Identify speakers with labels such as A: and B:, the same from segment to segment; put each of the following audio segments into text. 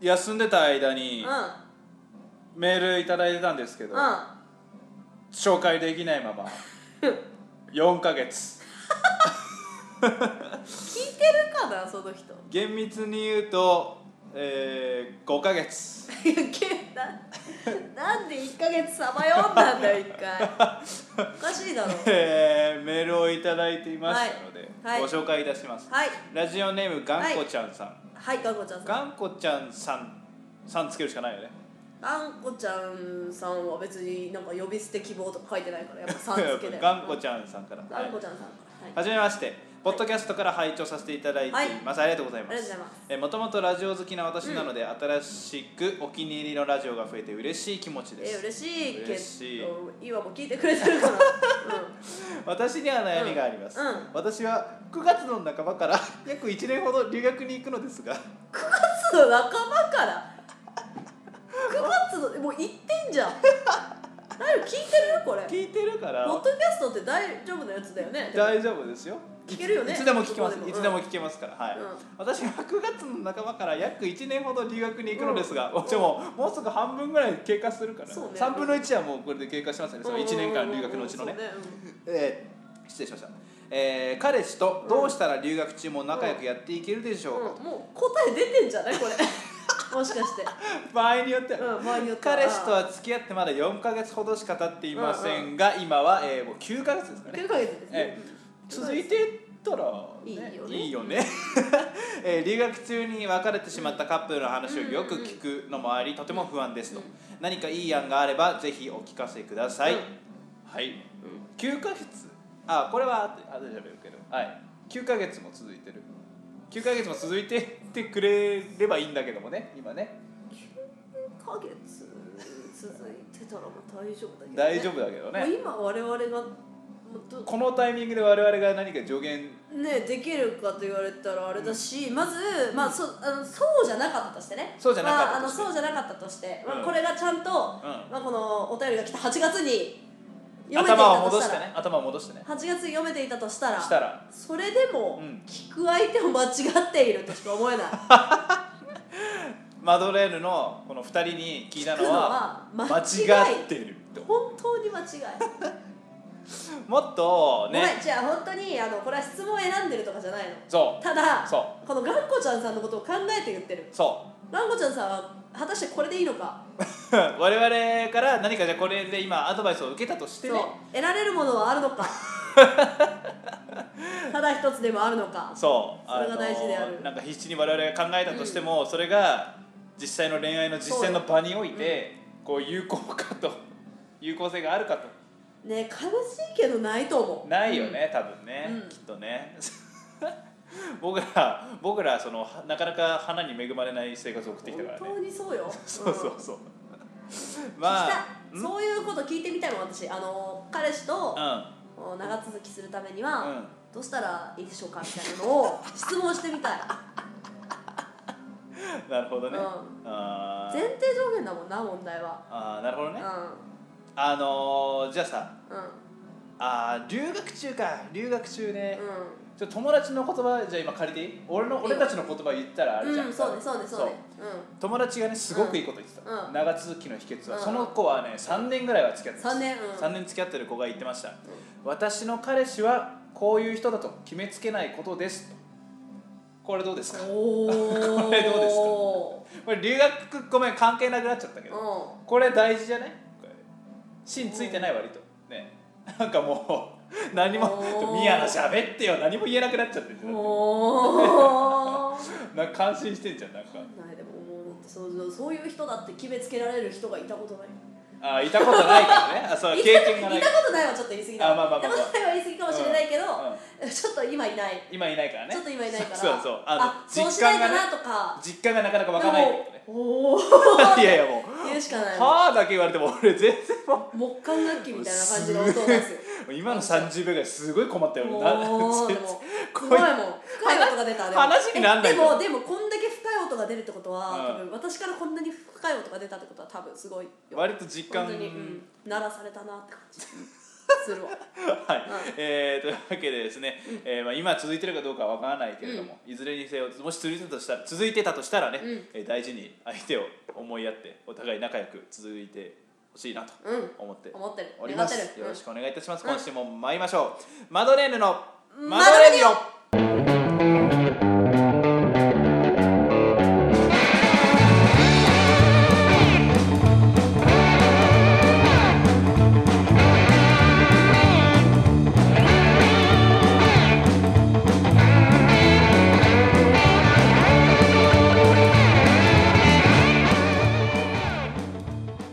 A: 休んでた間に
B: う
A: メールいただいてたんですけど、
B: んうん
A: 紹介できないま ま4ヶ月
B: 聞いてるかなその人
A: 厳密に言うと、えー、5ヶ月
B: いやけな なんで1ヶ月さまよんだんだよ1回おかしいだろ
A: えーメールをいただいていましたので、
B: はいはい
A: ご紹介いたします、
B: はい
A: ラジオネームがんこちゃんさん、
B: はいガンコちゃんさん
A: がんこちゃんさんさんつけるしかないよね
B: ガンコちゃんさんは別になんか呼び捨て希望とか書いてないからやっぱさん 付けで
A: がんこちゃんさんから
B: ガンコ
A: は
B: ちゃんさんはい
A: いはじめましてポッドキャストから拝聴させていただいています、ありがとうござい
B: あ
A: ま
B: りがと
A: す
B: うございます
A: えーもともとラジオ好きな私なので、新しくお気に入りのラジオが増えて嬉しい気持ちです
B: え嬉しいけど
A: 嬉しい
B: 今も聞いてくれてるから、う
A: 私には悩みがあります、
B: うんうん私
A: 私は9月の半ばから約1年ほど留学に行くのですが
B: ん、9月の仲間から9月のもう言ってんじゃん何聞いてるこれ
A: 聞いてるか
B: ポッド
A: ら
B: キャストって大丈夫なやつだよね
A: 大丈夫ですよ
B: 聞けるよね
A: いつでも聞けます
B: どこでも
A: いつでも聞けますから、はい、
B: うん
A: 私は9月の半ばから約1年ほど留学に行くのですが、でももうすぐ半分ぐらい経過するから、
B: そうね
A: 3分の1はもうこれで経過しますよね、その1年間留学のうちのね、
B: うんうんうんそう
A: えー失礼しました、えー彼氏とどうしたら留学中も仲良くやっていけるでしょうか、
B: うんもう答え出てんじゃないこれ もしかして
A: 場合によっては、
B: うん場合によっては
A: 彼氏とは付き合ってまだ4か月ほどしか経っていませんが、今は、えーもう9か月ですかね、
B: 9ヶ月ですね
A: えー続いてったら、
B: いいよね
A: いいよね えー留学中に別れてしまったカップルの話をよく聞くのもありとても不安ですと、何かいい案があればぜひお聞かせください、
B: うん
A: はい、9か月あこれは後後で喋るけどはい9か月も続いてる9か月も続いてってくれればいいんだけどもね今ね
B: 9ヶ月続いてたらもう大丈夫だけど、ね、
A: 大丈夫だけどね
B: もう今我々がもうど
A: このタイミングで我々が何か助言
B: ねできるかと言われたらあれだし、まず、まあ、そあのそうじゃなかったとしてね
A: そうじゃなかった
B: まあ、あの
A: として
B: そうじゃなかったとして、ま
A: う
B: あ、
A: ん
B: これがちゃんと、まあ、このお便りが来た8月に読めていた
A: 頭を
B: と
A: 戻
B: し
A: したて
B: ら、
A: ね頭を戻してね
B: 8月に読めていたとしたら
A: したら
B: それでも
A: うん
B: 聞く相手を間違っているとしか思えない
A: マドレーヌのこの2人に聞いたのは
B: 聞くのは間
A: 間
B: 違い
A: 違ってると
B: 本当に間違い、
A: もっと
B: ごめ
A: ね
B: んじゃあ本当にあのこれは質問を選んでるとかじゃないの
A: そう
B: ただ
A: そ
B: このがんこちゃんさんのことを考えて言ってる
A: そう
B: がんこちゃんさんは果たしてこれでいいのか
A: 我々から何かじゃあこれで今アドバイスを受けたとして
B: そう
A: ね
B: 得られるものはあるのか ただ一つでもあるのか
A: そう
B: それが大事である
A: のなんか必死に我々が考えたとしても、それが実際の恋愛の実践の場においてこう有効かと 有効性があるかと
B: ね悲しいけどないと思う
A: ないよね、多分ね、
B: うん
A: きっとね 僕ら僕らそのはなかなか花に恵まれない生活を送ってきたからね
B: 本当に そうよ
A: そうそうそう
B: うん
A: ま
B: 聞き
A: あ
B: たいそういうこと聞いてみたいもん私あの彼氏
A: う
B: と長続きするためには、
A: うん
B: どうしたらいいでしょうかみたいなの を質問してみたい
A: んなるほどね、
B: うん
A: あ
B: 前
A: ー
B: 提条件だもんな問題は
A: あーなるほど
B: うん
A: ね、あのーじゃあさ
B: うん
A: あー留学中か留学中ね、
B: うん
A: ちょっと友達の言葉じゃあ今借りていい俺の俺たちの言葉言ったらあれじゃん、
B: うん、そうねそうねそうね
A: 友達がねすごくいいこと言ってた、
B: うん
A: 長続きの秘訣は、
B: うん
A: その子はね3年ぐらいは付き合ってま
B: 3
A: した
B: 年うん
A: 3年付き合ってる子が言ってました、私の彼氏はこういう人だと決めつけないことですとこれどうですか
B: うんおお
A: これどうですかこれ留学ごめん関係なくなっちゃったけど
B: うん
A: これ大事じゃないこれ芯ついてない割とね なんかもう何も
B: お
A: 「
B: ー
A: ミヤの喋ってよ」何も言えなくなっちゃってるじゃん
B: おー
A: なんか感心してんじゃんなんか
B: ないでももうだってそうそういう人だって決めつけられる人がいたことない
A: あいたことないからね あそう
B: い
A: 経
B: たこと
A: 験がない
B: いたことないはちょっと言い過ぎだ
A: あまあまあまあまあ
B: いたことないは言い過ぎかもしれないけど、
A: う
B: ちょっと今いない、
A: 今いないからね
B: ちょっと今いないから
A: そうそうそう
B: あ
A: 実
B: そうしな
A: 感
B: い
A: が
B: か
A: ね
B: なとか
A: 実感がなかなか湧かないってことね
B: でもおお
A: いやいやもう
B: 言うしか
A: 「
B: ない
A: はあ」だけ言われても俺全然も
B: 木管楽器みたいな感じの音を出す
A: う今の30秒ぐらいすごい困ったよ俺な
B: もう で
A: 全然
B: もす
A: こ
B: ご
A: い
B: いもん深い音が出たでも
A: 話になんない
B: えでもでもこんだけ深い音が出るってことは、
A: うん
B: 多分私からこんなに深い音が出たってことは多分すごいよ
A: 割と実感
B: 本当に、うん、鳴らされたなって感じ するわ
A: はい
B: うん
A: えー、というわけでですね、えーまあ、今続いてるかどうかは分からないけれども、いずれにせよもし続いてたとしたら続いてたとしたらね、
B: うん
A: えー大事に相手を思いやってお互い仲良く続いてほしいなと
B: うん
A: 思って
B: 思ってる
A: おります
B: 願ってる
A: よろしくお願いいたします、
B: うん
A: 今週も参りましょうマドレーヌの
B: マドレーヌよ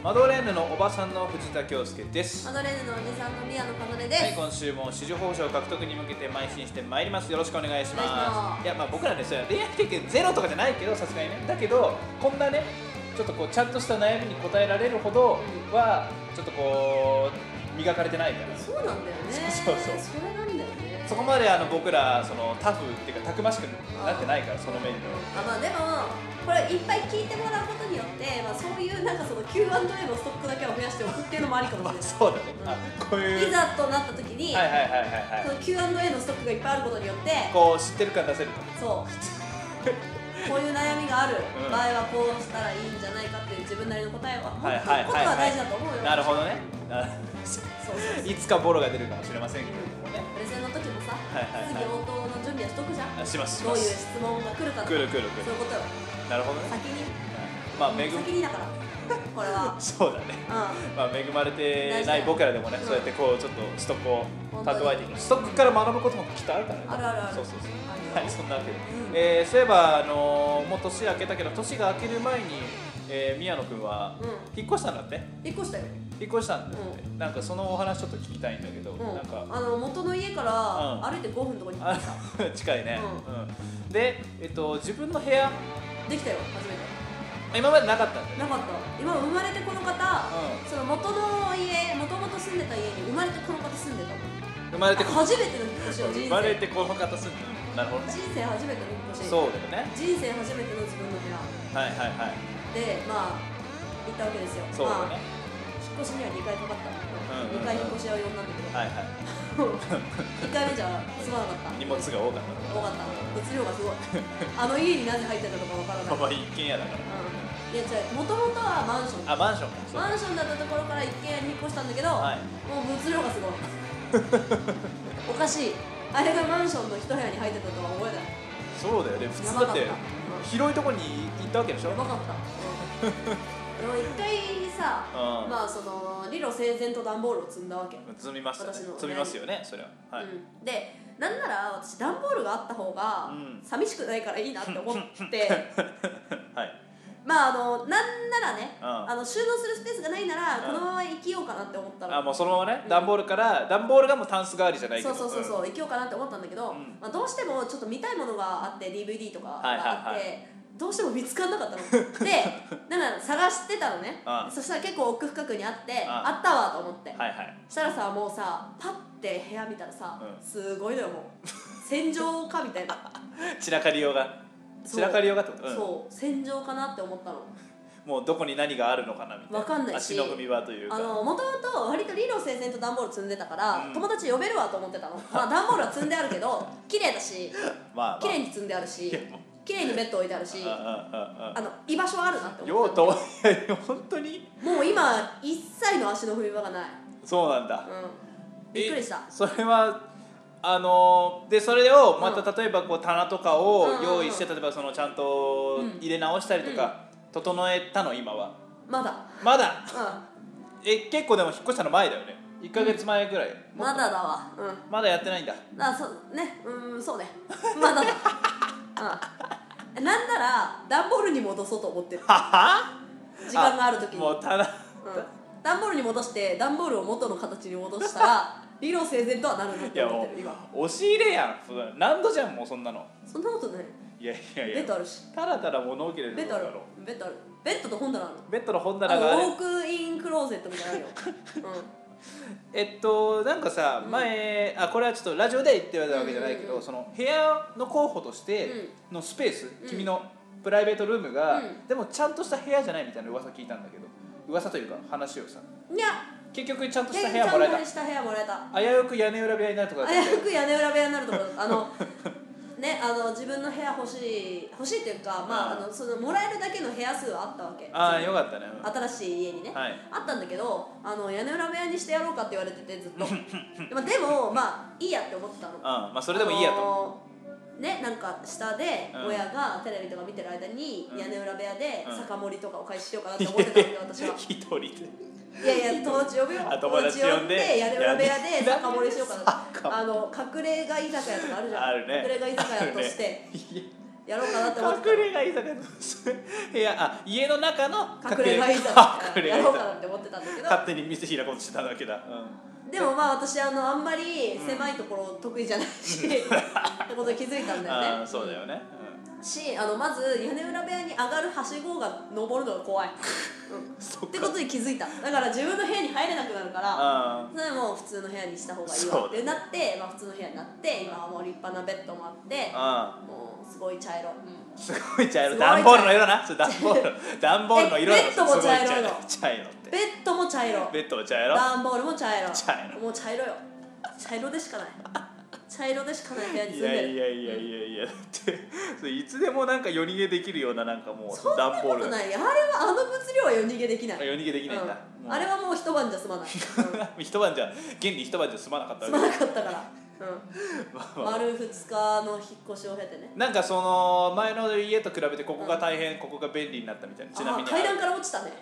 A: マドレーヌのおばさんの藤田恭介です
B: マドレーヌのおじさんの宮野かのれです、
A: はい、今週も支持報酬獲得に向けて邁進してまいります。よろしくお願いします。
B: お願いします
A: いや、まあ、僕らね、それは恋愛経験ゼロとかじゃないけど、さすがにね、だけど、こんなね。ちょっとこう、ちゃんとした悩みに答えられるほどは、ちょっとこう、磨かれてないから。
B: そうなんだよね
A: そうそう
B: それなんだよね
A: そこまで、あの、僕ら、その、タフっていうか、たくましくなってないから、その面では。
B: あまあでもこれいっぱい聞いてもらうことによって、まあ、そういうなんかその Q&A のストックだけを増やしておくっていうのもありか
A: ま
B: もしれ
A: あ、そうだ
B: ない
A: ね。あ、こう いう。は
B: い
A: い
B: ざとなった時に、
A: はいはいはいはい。
B: その Q&A のストックがいっぱいあることによって
A: こう、知ってる感出せる。
B: そうこういう悩みがある
A: うん
B: 場合はこうしたらいいんじゃないかっていう自分なりの答えは
A: は
B: 持
A: いはいはいはい
B: っておくことは大事だと思うよ
A: なるほどね。あ
B: そうそう
A: いつかボロが出るかもしれませんけれどもね。
B: プレゼンの時もさ
A: はいはいはい
B: 質疑応答の準備はしとくじゃん
A: あしますしま
B: どうい
A: す。
B: う質問が来るかとか
A: くるくるく
B: そう
A: る
B: いうことよ
A: なるほどね
B: 先に
A: まあ恵む
B: 先にだから これは
A: そうだね
B: う
A: まあ恵まれてない僕らでもね
B: うん
A: そうやってこうちょっとストックを
B: 本当
A: 蓄
B: に
A: えていくストックから学ぶこともきっとあるからね
B: んあるあるある
A: そうそうそう
B: あるよ
A: はいそんなわけで、
B: ん
A: えーそういえばあのーもう年明けたけど年が明ける前に、えー、宮野君は
B: う
A: 引っ越したんだって
B: 引っ越したよ、
A: 引っ越したんだって、なんかそのお話ちょっと聞きたいんだけど、
B: うん、
A: なんか
B: あの元の家か
A: うん
B: ら歩いて5分とかに
A: あ 近いね、
B: う
A: うんで、えっと、自分の部屋
B: できたよ初めて
A: 今までなかったんだよね
B: なかった今生まれてこの
A: ん
B: 方、その元の家もともと住んでた家に生まれてこの方住んでたもん
A: 生まれてこ
B: 初めての引っ越しよ人生
A: 生まれてこの方住んでるなるほどね
B: 人生初めての引っ越し
A: そうだよね
B: 人生初めての自分の部屋
A: はいはいはい
B: でまあ行ったわけですよ
A: そうだ
B: まあ
A: ね、
B: 引っ越しには2回かかったんだけ
A: うん
B: ど、
A: うんうん
B: 2回引っ越し屋を呼んだんだけど、
A: はいはい
B: 1回目じゃすまなかった
A: 荷物が多かった
B: 多かった物量がすごい あの家になぜ入ってたのかわからない
A: まあまあ一軒家だから
B: うんいや違うもともとはマンション
A: あマンションかそう
B: マンションだったところから一軒家に引っ越したんだけど、
A: はい
B: もう物量がすごい おかしいあれがマンションの一部屋に入ってたとは思えない
A: そうだよね普
B: や
A: 通
B: ばか
A: だ
B: っ
A: ったて広いとこに行ったわけでしょ
B: やばかった、うんでも一回さ、
A: うん
B: まあその理路整然と段ボールを積んだわけ、
A: 積みましたね
B: 私の
A: 積みますよねそれははい、
B: うん、でなんなら私段ボールがあった方が
A: うん
B: 寂しくないからいいなって思って、
A: はい
B: まああのなんならね、
A: うん
B: あの収納するスペースがないなら、
A: うん
B: このまま生きようかなって思った
A: あ
B: ら、
A: もうそのままね
B: うん
A: 段ボールから段ボールがもうタンス代わりじゃないけ
B: そ
A: ど
B: うそうそうそうう生きようかなって思ったんだけど、
A: うん
B: まあ、どうしてもちょっと見たいものがあって DVD とかが
A: はい
B: あって、
A: はいはい
B: どうしても見つからなかったの でなんか探してたのね
A: うん
B: そしたら結構奥深くにあって
A: ん
B: あったわと思って
A: んはいはい
B: したらさもうさパッて部屋見たらさ、
A: うん
B: すごいのよもう戦場かみたいな
A: 散らかりようが
B: そう
A: 散らかりようがってこと、うん
B: そう戦場かなって思ったの
A: もうどこに何があるのかなみたいな
B: わかんないし
A: 足の踏み場というか
B: あのもともと割と理路整然と段ボール積んでたから、
A: うん
B: 友達呼べるわと思って たのまあ段ボールは積んであるけど綺麗だし
A: まあまあ
B: 綺麗に積んであるし
A: いやもう
B: 綺麗にベッド置いてあるし
A: うんうんうんうん
B: あの居場所はあるなって思
A: よう
B: った
A: といやいや 本当に
B: もう今一切の足の踏み場がない、
A: そうなんだ
B: うん、びっくりした
A: えそれはあのーでそれをま
B: う
A: た例えばこう棚とかを
B: うんうんうん
A: 用意して例えばそのちゃんと
B: うん
A: 入れ直したりとか整えたの今は
B: まだ
A: まだ
B: う
A: え結構でも引っ越したの前だよね1か月前ぐらい
B: んまだだわうん
A: まだやってないんだ
B: だからそうねうーんそうねま だだうんなんなら段ボールに戻そうと思ってる
A: はは
B: 時間がある時に
A: もう棚
B: うん段ボールに戻して段ボールを元の形に戻し たら理論整然とはなるなっ
A: い
B: て
A: や
B: 思っ
A: も
B: てる今
A: う押し入れやんそんな何度じゃんもうそんなの
B: そんなことない
A: いやいやい
B: ベ
A: や
B: ッドあるした
A: らたら物置で
B: ベッドあるベッドあるベッドと本棚ある
A: ベッドの本
B: あ
A: 棚
B: の
A: があ
B: ウ
A: る
B: ォークインクローゼットみたいなの あるよ、
A: えっとなんかさ、
B: うん
A: 前あこれはちょっとラジオで言って言われたわけじゃないけど、
B: うんうん
A: その部屋の候補としてのスペース、
B: うん
A: 君のプライベートルームが、
B: うん
A: でもちゃんとした部屋じゃないみたいな噂聞いたんだけど噂というか話をさ
B: うん、いや
A: 結局ちゃんと
B: 結
A: した部
B: 局ち
A: 屋
B: ゃん
A: もらえた
B: とした部屋もらえた
A: 危うく屋根裏部屋になるとかだっ
B: 危
A: た
B: うく屋根裏部屋になるところ あのねあの自分の部屋欲しい欲しいっていうかまああ
A: うん
B: のそのもらえるだけの部屋数はあったわけ
A: ああよかったね
B: 新しい家にね、
A: はい
B: あったんだけどあの屋根裏部屋にしてやろうかって言われててずっとまあでもまあいいやって思ってたの
A: あまあそれでもいいやと
B: あ
A: 思う
B: のーねなんか下で
A: うん
B: 親がテレビとか見てる間に
A: うん
B: 屋根裏部屋で
A: うん
B: 酒盛りとかお返ししようかなって思ってたん で私は
A: 一人で
B: いやいや友達呼ぶよ
A: あ友達呼んで
B: 屋根裏部屋で酒盛りしようかな
A: 酒盛り
B: あの隠れ家居酒屋とかあるじゃん
A: あるね
B: 隠れ家居酒屋とし
A: あ
B: て
A: いや
B: やろうかなって思って
A: 隠れ家居酒屋のそれ部屋あ家の中の
B: たの隠れ家居酒
A: 隠
B: 屋
A: れ
B: や
A: 家居
B: ろう
A: 酒
B: かな
A: 屋
B: って思ってたんだけど
A: 勝手に店開こうとしてただけだ、
B: でもまあ私あのあんまり狭いところ得意じゃないし、ってことに気づいたん
A: うん、
B: だよ
A: あ
B: ね
A: あそうだよね、
B: しあのまず屋根裏部屋に上がるはしごが登るのが 怖い、うん
A: うん、そっ
B: ってことに気づいただから自分の部屋に入れなくなるから
A: あ
B: それはもう普通の部屋にした方がいい
A: そう
B: わ
A: だ
B: ってなって、まあ、普通の部屋になって今はもう立派なベッドもあって
A: ああ
B: もうすごい茶色、
A: あすごい茶
B: す
A: 色
B: ごい
A: ダンボールの色なそれダンボール ダンボールの色だろ
B: えベッドも茶色いの
A: すごい茶色茶色っ
B: うん
A: て
B: ベッドも茶色
A: ベッドも茶色
B: 段ボールも茶 色
A: 茶色
B: もう茶色よ茶色でしかない茶色でしかない部屋に住
A: い
B: んで
A: や
B: る
A: いやいやいやいやだってそれいつでもなんか夜逃げできるようななんかも
B: そん
A: うダ
B: な
A: ンボ
B: こ
A: ー
B: と
A: ル
B: ないあれはあの物量は夜逃げできない
A: 夜逃げできないんだ、
B: うん
A: もう
B: あれはもう一晩じゃ済まない、うん
A: 一晩じゃ現に一晩じゃ済まなかった
B: 済
A: わ
B: ま
A: け
B: なかったから、うん、丸2日の引っ越しを経てね
A: なんかその前の家と比べてここが大変、ここが便利になったみたいなちなみ
B: あ
A: に
B: 階段から落ちたね、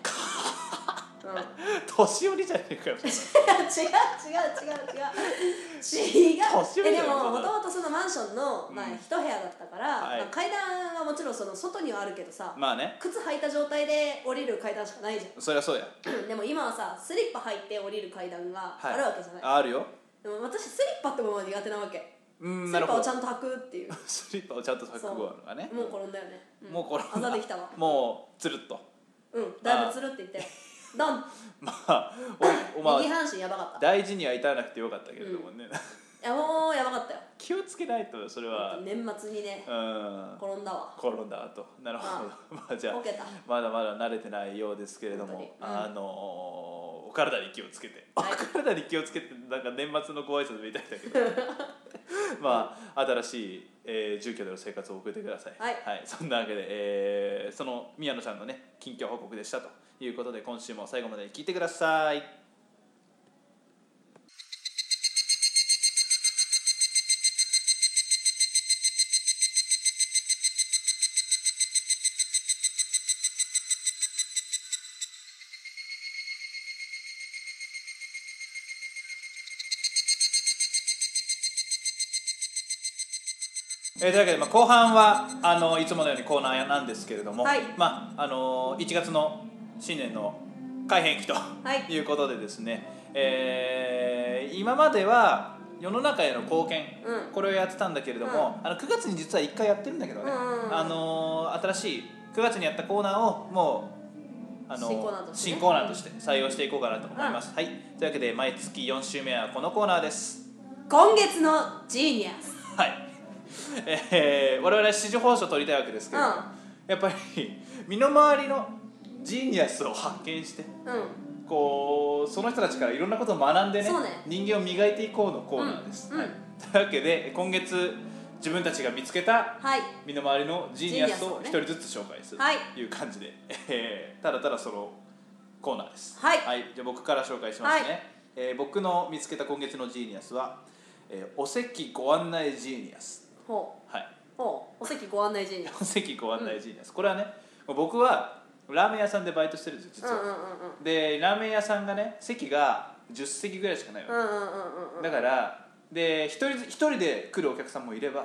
B: うん、
A: 年寄りじゃねえかよ
B: 違う違う違う違う違う
A: 年
B: 違
A: 寄
B: う
A: り
B: え
A: だ
B: で
A: よ
B: も
A: そ
B: も
A: ん
B: と
A: な
B: もとそのマンションの、まあ、
A: うん
B: 一部屋だったから、
A: はい
B: まあ、階段はもちろんその外にはあるけどさ、
A: まあね
B: 靴履いた状態で降りる階段しかないじ
A: そりゃそうや
B: ゃん でも今はさスリッパ履いて降りる階段が
A: はい
B: あるわけじゃない、
A: あるよ
B: でも私スリッパってものは苦手なわけ
A: う
B: ス
A: ん
B: リ
A: な
B: ッ
A: る
B: パ
A: ほ
B: を
A: ど
B: ちゃんと履くっていう
A: スリッパをちゃんと履くのがね
B: もう転んだよね、ん
A: もうこれ
B: あざできたわ
A: もうつるっと
B: うんだいぶつるって言ってドン
A: まあおおまあ
B: 右半身やばかったい
A: 大事には至らなくてよかったけれどもね、
B: やもうやばかったよ
A: 気をつけないとそれは
B: 年末にね
A: うん
B: 転んだわ
A: 転んだ後なるほど
B: ま
A: まあじゃあ
B: こけた
A: まだまだ慣れてないようですけれども、
B: 本当にうん
A: あのーお体に気をつけて、
B: はい
A: お体に気をつけてなんか年末のご挨拶みたいだ けどまあ新しい、えー住居での生活を送ってください、
B: はい
A: そんなわけで、えーその宮野さんのね近況報告でしたということで今週も最後まで聞いてくださいえーというわけで、まあ、後半はあのいつものようにコーナーなんですけれども、
B: はい
A: まああのー1月の新年の改変期と、
B: い
A: い、うことでですね、えー今までは世の中への貢献、
B: うん
A: これをやってたんだけれども、あの9月に実は1回やってるんだけどね、
B: うんうん
A: あのー新しい9月にやったコーナーをもうあの
B: 新コーナーとしてね
A: 新コーナーとして採用していこうかなと思います、はい、というわけで毎月4週目はこのコーナーです
B: 今月のジーニアス
A: はい、えー、我々は支持報酬を取りたいわけですけど、
B: うん
A: やっぱり身の回りのジーニアスを発見して
B: うん
A: こうその人たちからいろんなことを学んでね
B: そうね
A: 人間を磨いていこうのコーナーです、
B: うん
A: はい
B: うん
A: というわけで今月自分たちが見つけた
B: はい
A: 身の回りのジーニアス
B: ジーニアスを
A: を一
B: ね
A: 人ずつ紹介する
B: はい
A: という感じで、えーただただそのコーナーです
B: はい
A: じゃあ僕から紹介しますね、
B: はい
A: えー僕の見つけた今月のジーニアスは、えーお席ご案内ジーニアス
B: ほう
A: はい
B: ほうお席ご案内ジーニアス
A: お席ご案内ジーニアス、これはね僕はラーメン屋さんでバイトしてるんです
B: う
A: よ
B: ん
A: 実
B: うん
A: は、
B: うんうん
A: でラーメン屋さんがね席が10席ぐらいしかないわ
B: う
A: け、
B: んうんうんうん
A: だからで一人ず一人で来るお客さんもいれば、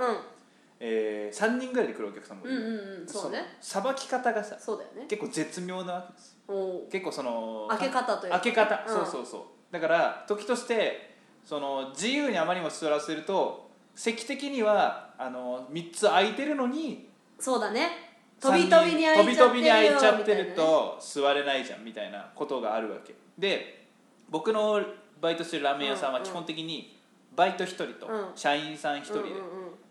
A: えー、3人ぐらいで来るお客さんもい
B: うん
A: る、
B: うんうんうんそうね
A: さばき方がさ
B: そうだよね
A: 結構絶妙なわけです
B: おお
A: 結構その
B: 開け方というか
A: 開け方、
B: うん
A: そうそうそうだから時としてその自由にあまりにも座らせると席的にはあの3つ空いてるのに
B: そうだね飛
A: 三
B: び
A: 人
B: 飛びに開いち
A: 飛び飛びに開
B: ゃってるよ
A: いちゃってる
B: みたいなね
A: と座れないじゃんみたいなことがあるわけで僕のバイトしてるラーメン屋さんは
B: うんうん
A: 基本的にバイト1人と
B: うん
A: 社員さん1人で
B: うんうんうん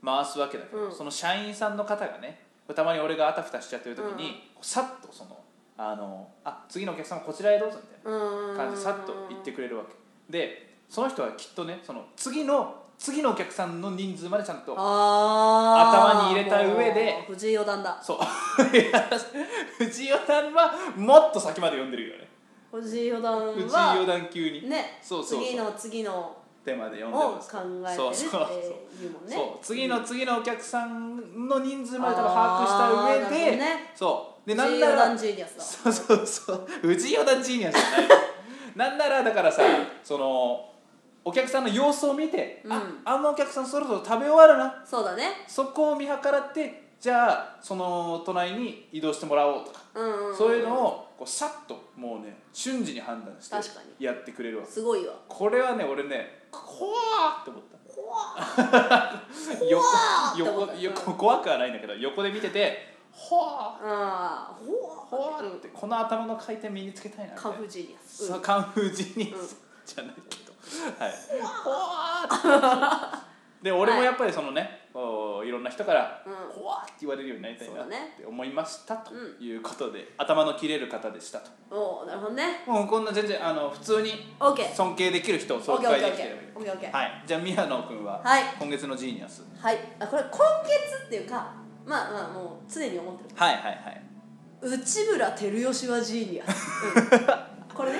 A: 回すわけだけど、
B: うん
A: その社員さんの方がねたまに俺があたふたしちゃってる時に、
B: うん
A: さっとそのあのあ次のお客様こちらへどうぞみたい
B: うん
A: な感じでさっと言ってくれるわけでその人はきっとねその次の次のお客さんの人数までちゃんと
B: あー
A: 頭に入れた上で
B: もう藤井四段だ
A: そういや 藤井四段はもっと先まで読んでるよね
B: 藤井四段は
A: 藤井四段級に
B: ね
A: そうそうそう
B: 次の次の
A: 手まで読んで
B: を
A: ま
B: 考
A: す
B: えてる
A: そうそう
B: って言うもんね
A: そう次の次のお客さんの人数まで多分把握した上
B: あーなるほ
A: で、
B: どね
A: そうでな
B: 藤
A: ん
B: 井
A: な
B: 四
A: ら
B: 段ジーニアスだ
A: そうそうそう藤井四段ジーニアスじ ゃないなんならだからさそのお客さんの様子を見て、
B: うん
A: ああのお客さんそろそろ食べ終わるな
B: そうだね
A: そこを見計らってじゃあその隣に移動してもらおうとか、
B: うんうん、うん、
A: そういうのをこうさっともうね瞬時に判断して
B: 確かに
A: やってくれるわ
B: すごいわ
A: これはね俺ね怖ーって思った
B: 怖ーって思
A: 横
B: っ
A: 横
B: た
A: 横怖くはないんだけど横で見ててほわ
B: ああほ
A: ーほわーってこの頭の回転身につけたいなみたい
B: カン
A: な
B: フージーニアス、、
A: そううんカンフージーニアスじゃないけど、はいほわーってで俺もやっぱりそのねこういろんな人から
B: うん
A: ほわーって言われるようになりたいな
B: そうだね
A: って思いましたと
B: う
A: いうことで頭の切れる方でしたと
B: おーなるほどね
A: もうこんな全然あの普通に
B: OK
A: 尊敬できる人を紹介できてればいい
B: OKOKOKOKOK
A: はいじゃあ宮野君は
B: はい
A: 今月のジーニアス
B: はいあこれ今月っていうかまあまあもう常に思ってる
A: はいはいはい
B: 内村照吉はジ ーニアス、うん、これね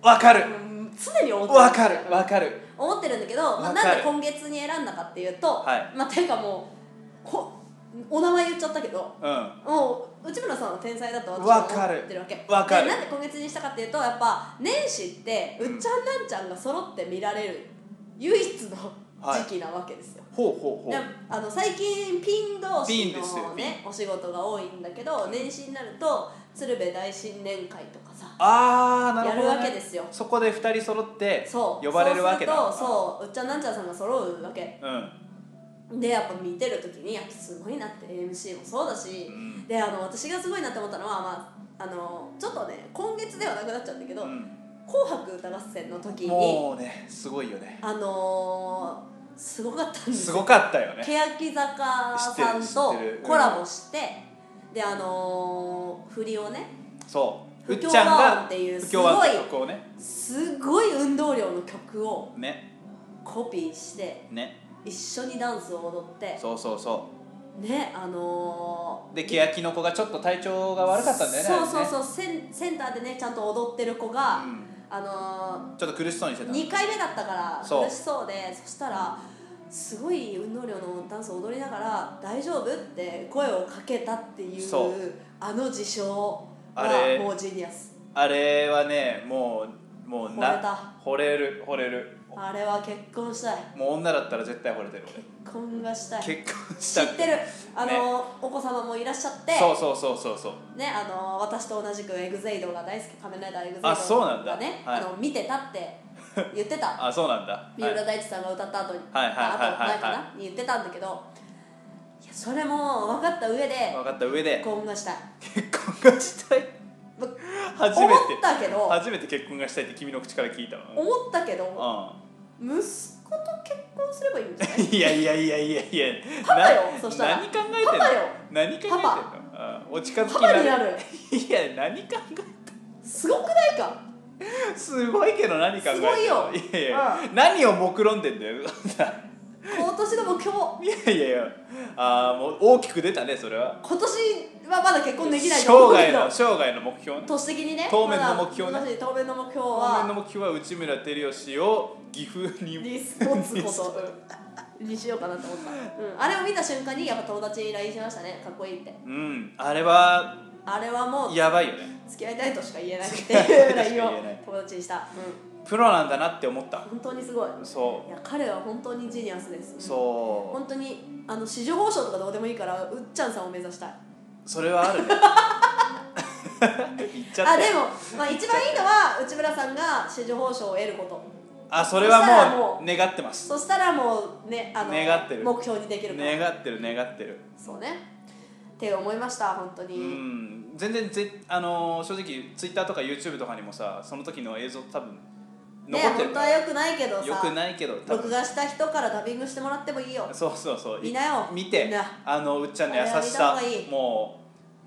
A: わかる
B: うん常に思って
A: わかるわかる
B: 思ってるんだけど、まあ、
A: わかる
B: なんで今月に選んだかっていうと、
A: はい
B: まあていうかもうこお名前言っちゃったけど
A: うん
B: もう内村さんは天才だと私
A: わ
B: は
A: かる
B: 思ってるわけ
A: わかる
B: でなんで今月にしたかっていうとやっぱ年始ってうっちゃんなんちゃんが揃って見られる唯一の
A: はい
B: 時期なわけですよ、
A: ほうほうほ
B: で
A: う
B: あの最近ピン同
A: ピ
B: 士
A: ンですよ
B: のねお仕事が多いんだけど年始になると鶴瓶大新年会とかさ
A: ああなるほど、ね、
B: やるわけですよ
A: そこで二人揃って
B: そう
A: 呼ばれるわけだ
B: そうするとそううっちゃんなんちゃんさんが揃うわけ
A: うん
B: でやっぱ見てる時にやっぱすごいなって MC もそうだし、
A: うん
B: であの私がすごいなって思ったのは、まあ、あのちょっとね今月ではなくなっちゃうんだけど「
A: うん
B: 紅白歌合戦」の時に
A: もうねすごいよね
B: あのー、すごかったんです
A: す
B: よ
A: ごかったよね
B: 欅坂さ
A: 知
B: ん
A: ってる知ってる
B: とコラボして、であのー、振りをね
A: そううっ
B: 不協
A: ちゃん
B: 和音
A: が
B: っていう
A: 不協和音って
B: すごい
A: 曲をね
B: すごい運動量の曲を
A: ね
B: コピーして
A: ね
B: 一緒にダンスを踊って
A: そうそうそ
B: ねあの
A: う
B: ー、
A: で欅の子がちょっと体調が悪かったんだよね
B: そうそう
A: う、
B: そう、センセンターでねちゃんと踊ってる子が、
A: うん
B: あの
A: ちょっと苦しそうにして
B: ー、
A: た
B: 2回目だったから
A: そう
B: 苦しそうでそしたらすごい運動量のダンスを踊りながら「大丈夫?」って声をかけたっていう
A: そう
B: あの事象
A: あれ
B: はもうジーニアス
A: あれはねもうもう
B: 惚れた
A: 惚れる惚れる
B: あれは結婚したい
A: もう女だったら絶対惚れてる
B: 結婚がしたい
A: 俺結婚し
B: 知
A: た
B: っ
A: く
B: てるあのー、
A: ね
B: お子様もいらっしゃって
A: そうそうそうそうそう
B: ねあの私と同じくエグゼイドが大好き仮面ライダーエグゼイド
A: あそうなんだ
B: がね、
A: はい
B: あの見てたって言ってた
A: あそうなんだ
B: 三
A: は
B: 浦
A: い
B: 大知さんが歌った後に、
A: はいはいはいはいはい
B: あと前かなに言ってたんだけどいやそれも分かった上で
A: 分かった上で
B: 結婚がしたい
A: 結婚がしたい
B: ま
A: 初め
B: 思
A: て
B: ったけど
A: 初めて結婚がしたいって君の口から聞いたわ
B: 思ったけど
A: う
B: 息子と結婚すればいいんじゃない
A: ん いやいやいやいやいや
B: パパよ
A: な
B: そしたら
A: 何考えてんの
B: パパよ
A: 何考えてんのうんお近づき
B: パパになる
A: いや何考
B: すごくないか
A: えてすごいけど何考えてんの
B: すごいよ
A: いやいや、何を目論んでんだよい
B: 今年の目標
A: やいやいやあーもう大きく出たねそれは
B: 今年はまだ結婚できないと
A: 生
B: 思うけ
A: 涯
B: ど
A: の生涯の目標ね
B: 年的にね
A: 当面の目標ね
B: まだ当面の目標
A: 当面
B: は
A: の目標は内村光吉を岐阜に
B: リスポーツことうんにしようかなと思った、うん、あれを見た瞬間にやっぱ友達に LINE しましたねかっこいいって
A: うんあれは
B: あれはもう
A: やばいよね
B: 付き合いたいとしか言えな いっていう LINE を
A: 言えない
B: 友達にした、う
A: プロなんだなって思った
B: ん、本当にすごいい
A: そ
B: や彼は本当にジーニアスです
A: うそ
B: 本当にあの市場報酬とかどうでもいいからうっちゃんさんを目指したいう
A: それはあるね 言っちゃった
B: あでも、まあ、一番いいのは内村さんが市場報酬を得ること
A: あそれはもう
B: そ
A: 願ってます
B: そしたらもうねあの
A: 願ってる
B: 目標にできるから
A: 願ってる願ってる
B: そうねって思いました本当
A: う
B: に、
A: ん全然ぜ、あのー正直 Twitter とか YouTube とかにもさその時の映像多分
B: ね
A: 残ってる
B: 本当
A: か
B: は
A: ら、
B: 良くないけどさ
A: よくないけど多
B: 録
A: 分
B: 画した人からダビングしてもらってもいいよ
A: そうそうそう
B: 見なよ
A: 見て
B: みんな
A: あのうっちゃんの優しさ
B: あれは見た方がいい
A: も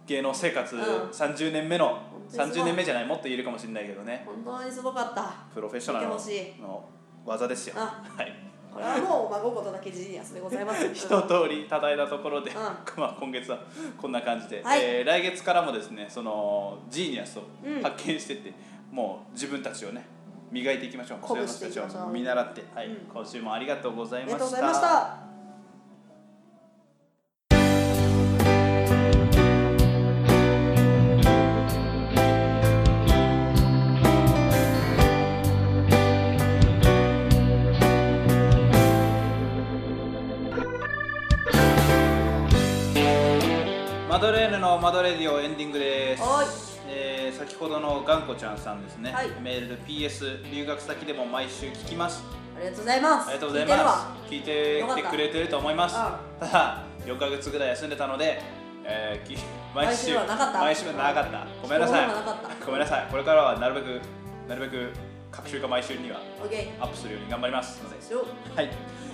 A: う芸能生活
B: うん
A: 30年目の
B: 当にすご
A: 30
B: い
A: 年目じゃないもっと言えるかもしれないけどね
B: 本当にすごかった
A: プロフェッショナル
B: 見てほしい
A: の技ですよ
B: あ
A: はい
B: これはもう孫事だけジニアスでござ いますよ
A: 一
B: うん
A: 通り叩いたところで、
B: うん
A: まあ今月はこんな感じで、
B: はい
A: えー来月からもですねそのジーニアスを
B: うん
A: 発見してって、もう自分たちをね磨いていきましょう
B: 鼓舞していきましょう
A: その人たちを見習って、はい
B: うん
A: 今週もありがとうござ
B: あ
A: い
B: り
A: ま
B: がとうご
A: し
B: ざいましたた
A: マドレーヌのマドレディオエンディングです
B: はーい
A: えー先ほどの頑固ちゃんさんですね、
B: はい
A: メールで PS 留学先でも毎週聞きます
B: ありがとうございます
A: ありがとうございます。聞いて
B: よかっ
A: きて
B: た
A: くれてると思います。
B: う
A: ただ4ヶ月ぐらい休んでたので、えーき 毎週
B: 毎週はなかった
A: 毎週はなかった。ごめんなさい
B: そうなかっ。た
A: ごめんなさい。これからはなるべくなるべく各週か毎週には
B: 聞いてるわ OK
A: アップするように頑張ります。
B: しよう
A: はい。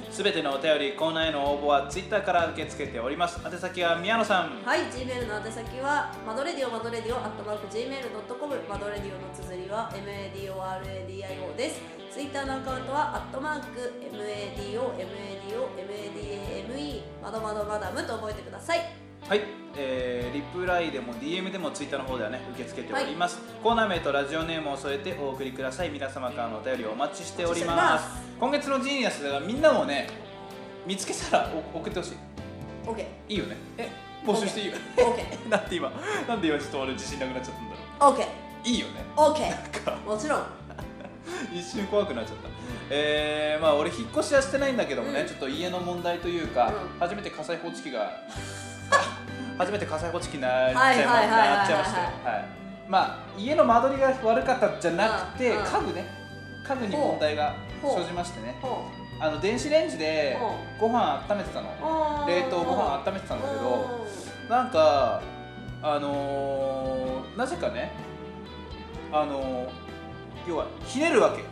A: すべてのお便りコーナーへの応募はツイッターから受け付けております。宛先は宮野さん。
B: はい、Gmail の宛先は、マドレディオマドレディオ、アットマーク Gmail.com、マドレディオの綴りは、MADORADIO です。Twitter のアカウントは、アットマーク MADO、MADO、MADAME、まどまどマダムと覚えてください。
A: はい、えーリプライでも DM でもツイッターの方ではね受け付けております、コーナー名とラジオネームを添えてお送りください皆様からのお便りをお待ちしております
B: お待ちしてお
A: 今月の
B: り
A: ジーニアスがみんなもね見つけたらお送ってほし
B: OK。
A: いいいよねえ募集していいよ
B: OK。
A: なんて今なんで今ちょっと俺自信なくなっちゃったんだろう
B: OK。
A: いいよね
B: OK。
A: なんか
B: もちろん。
A: 一瞬怖くなっちゃったえー、まあ俺引っ越しはしてないんだけどもね、
B: うん
A: ちょっと家の問題というか、
B: うん
A: 初めて火災報知器が 初めて火災報知器になっち
B: はい
A: ゃいま
B: はいはいはいはい
A: なっちゃいましてはいまあ家の間取りが悪かったじゃなくて、
B: うんうん
A: 家具ね家具に問題が
B: ほう
A: 生じましてね
B: ほ
A: あの電子レンジでご飯温めてたの
B: う
A: 冷凍ご飯温めてたんだけどなんかあのーなぜかねあのー要はひねるわけ
B: うん。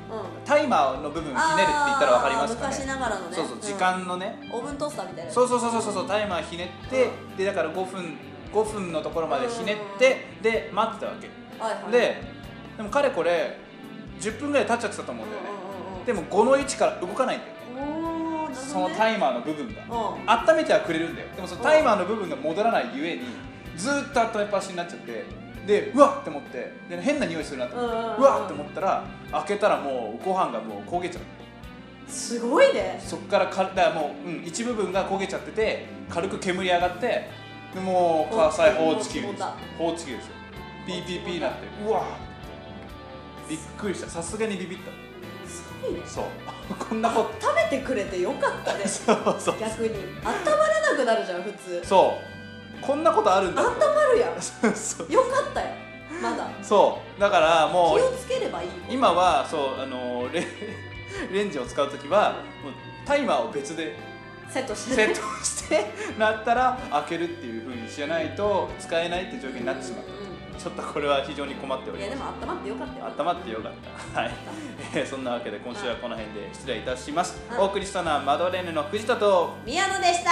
A: タイマーの部分ひねるって言ったら分かりますかね
B: あー昔ながらのね。
A: そうそう時
B: ん。
A: 間のね、
B: オーブントースターみたいな。
A: そうそうそうそうそうタイマーひねって、でだから5分5分のところまでひねって、で待ってたわけ、
B: はいはい。
A: ででもかれこれ10分ぐらい経っちゃってたと思うんだよね、
B: で
A: でも5の位置から動かないんだよね
B: も、
A: そのタイマーの部分が、
B: うん
A: 温めてはくれるんだよでもそのタイマーの部分が戻らないゆえにずーっと温めっぱなしになっちゃってでうわっって思ってで変な匂いするなと思って、
B: う
A: うん
B: うんうん
A: わっって思ったら開けたらもうご飯がもう焦げちゃう
B: すごいね
A: そっからかだからもう、うん、一部分が焦げちゃってて軽く煙上がってでもう火災報知器です報知器ですよ PPP なってうわーびっくりしたさすがにビビった
B: すごいね
A: そう こんなこ
B: 食べてくれてよかったね
A: とそうそう
B: 逆に温まらなくなるじゃん普通
A: そうこんなことあるんだ
B: 温
A: と
B: まるやん
A: そうそう
B: よかったよまだ
A: そうだから
B: 気
A: もう
B: をつければいいこと
A: 今はそうあのレ レンジを使う時はもうタイマーを別で
B: セッ トして
A: セットしてなったら開けるっていうふうにしないと使えないっていう状況になってしまう
B: う
A: ちょっとこれは非常に困ってお
B: んい
A: り
B: やで
A: ま
B: も温まってよかったよ
A: す頭ってよかったはい、えーそんなわけで今週はこの辺で失礼いたします、
B: はい
A: お送りしたのはマドレーヌの藤田と
B: 宮野でした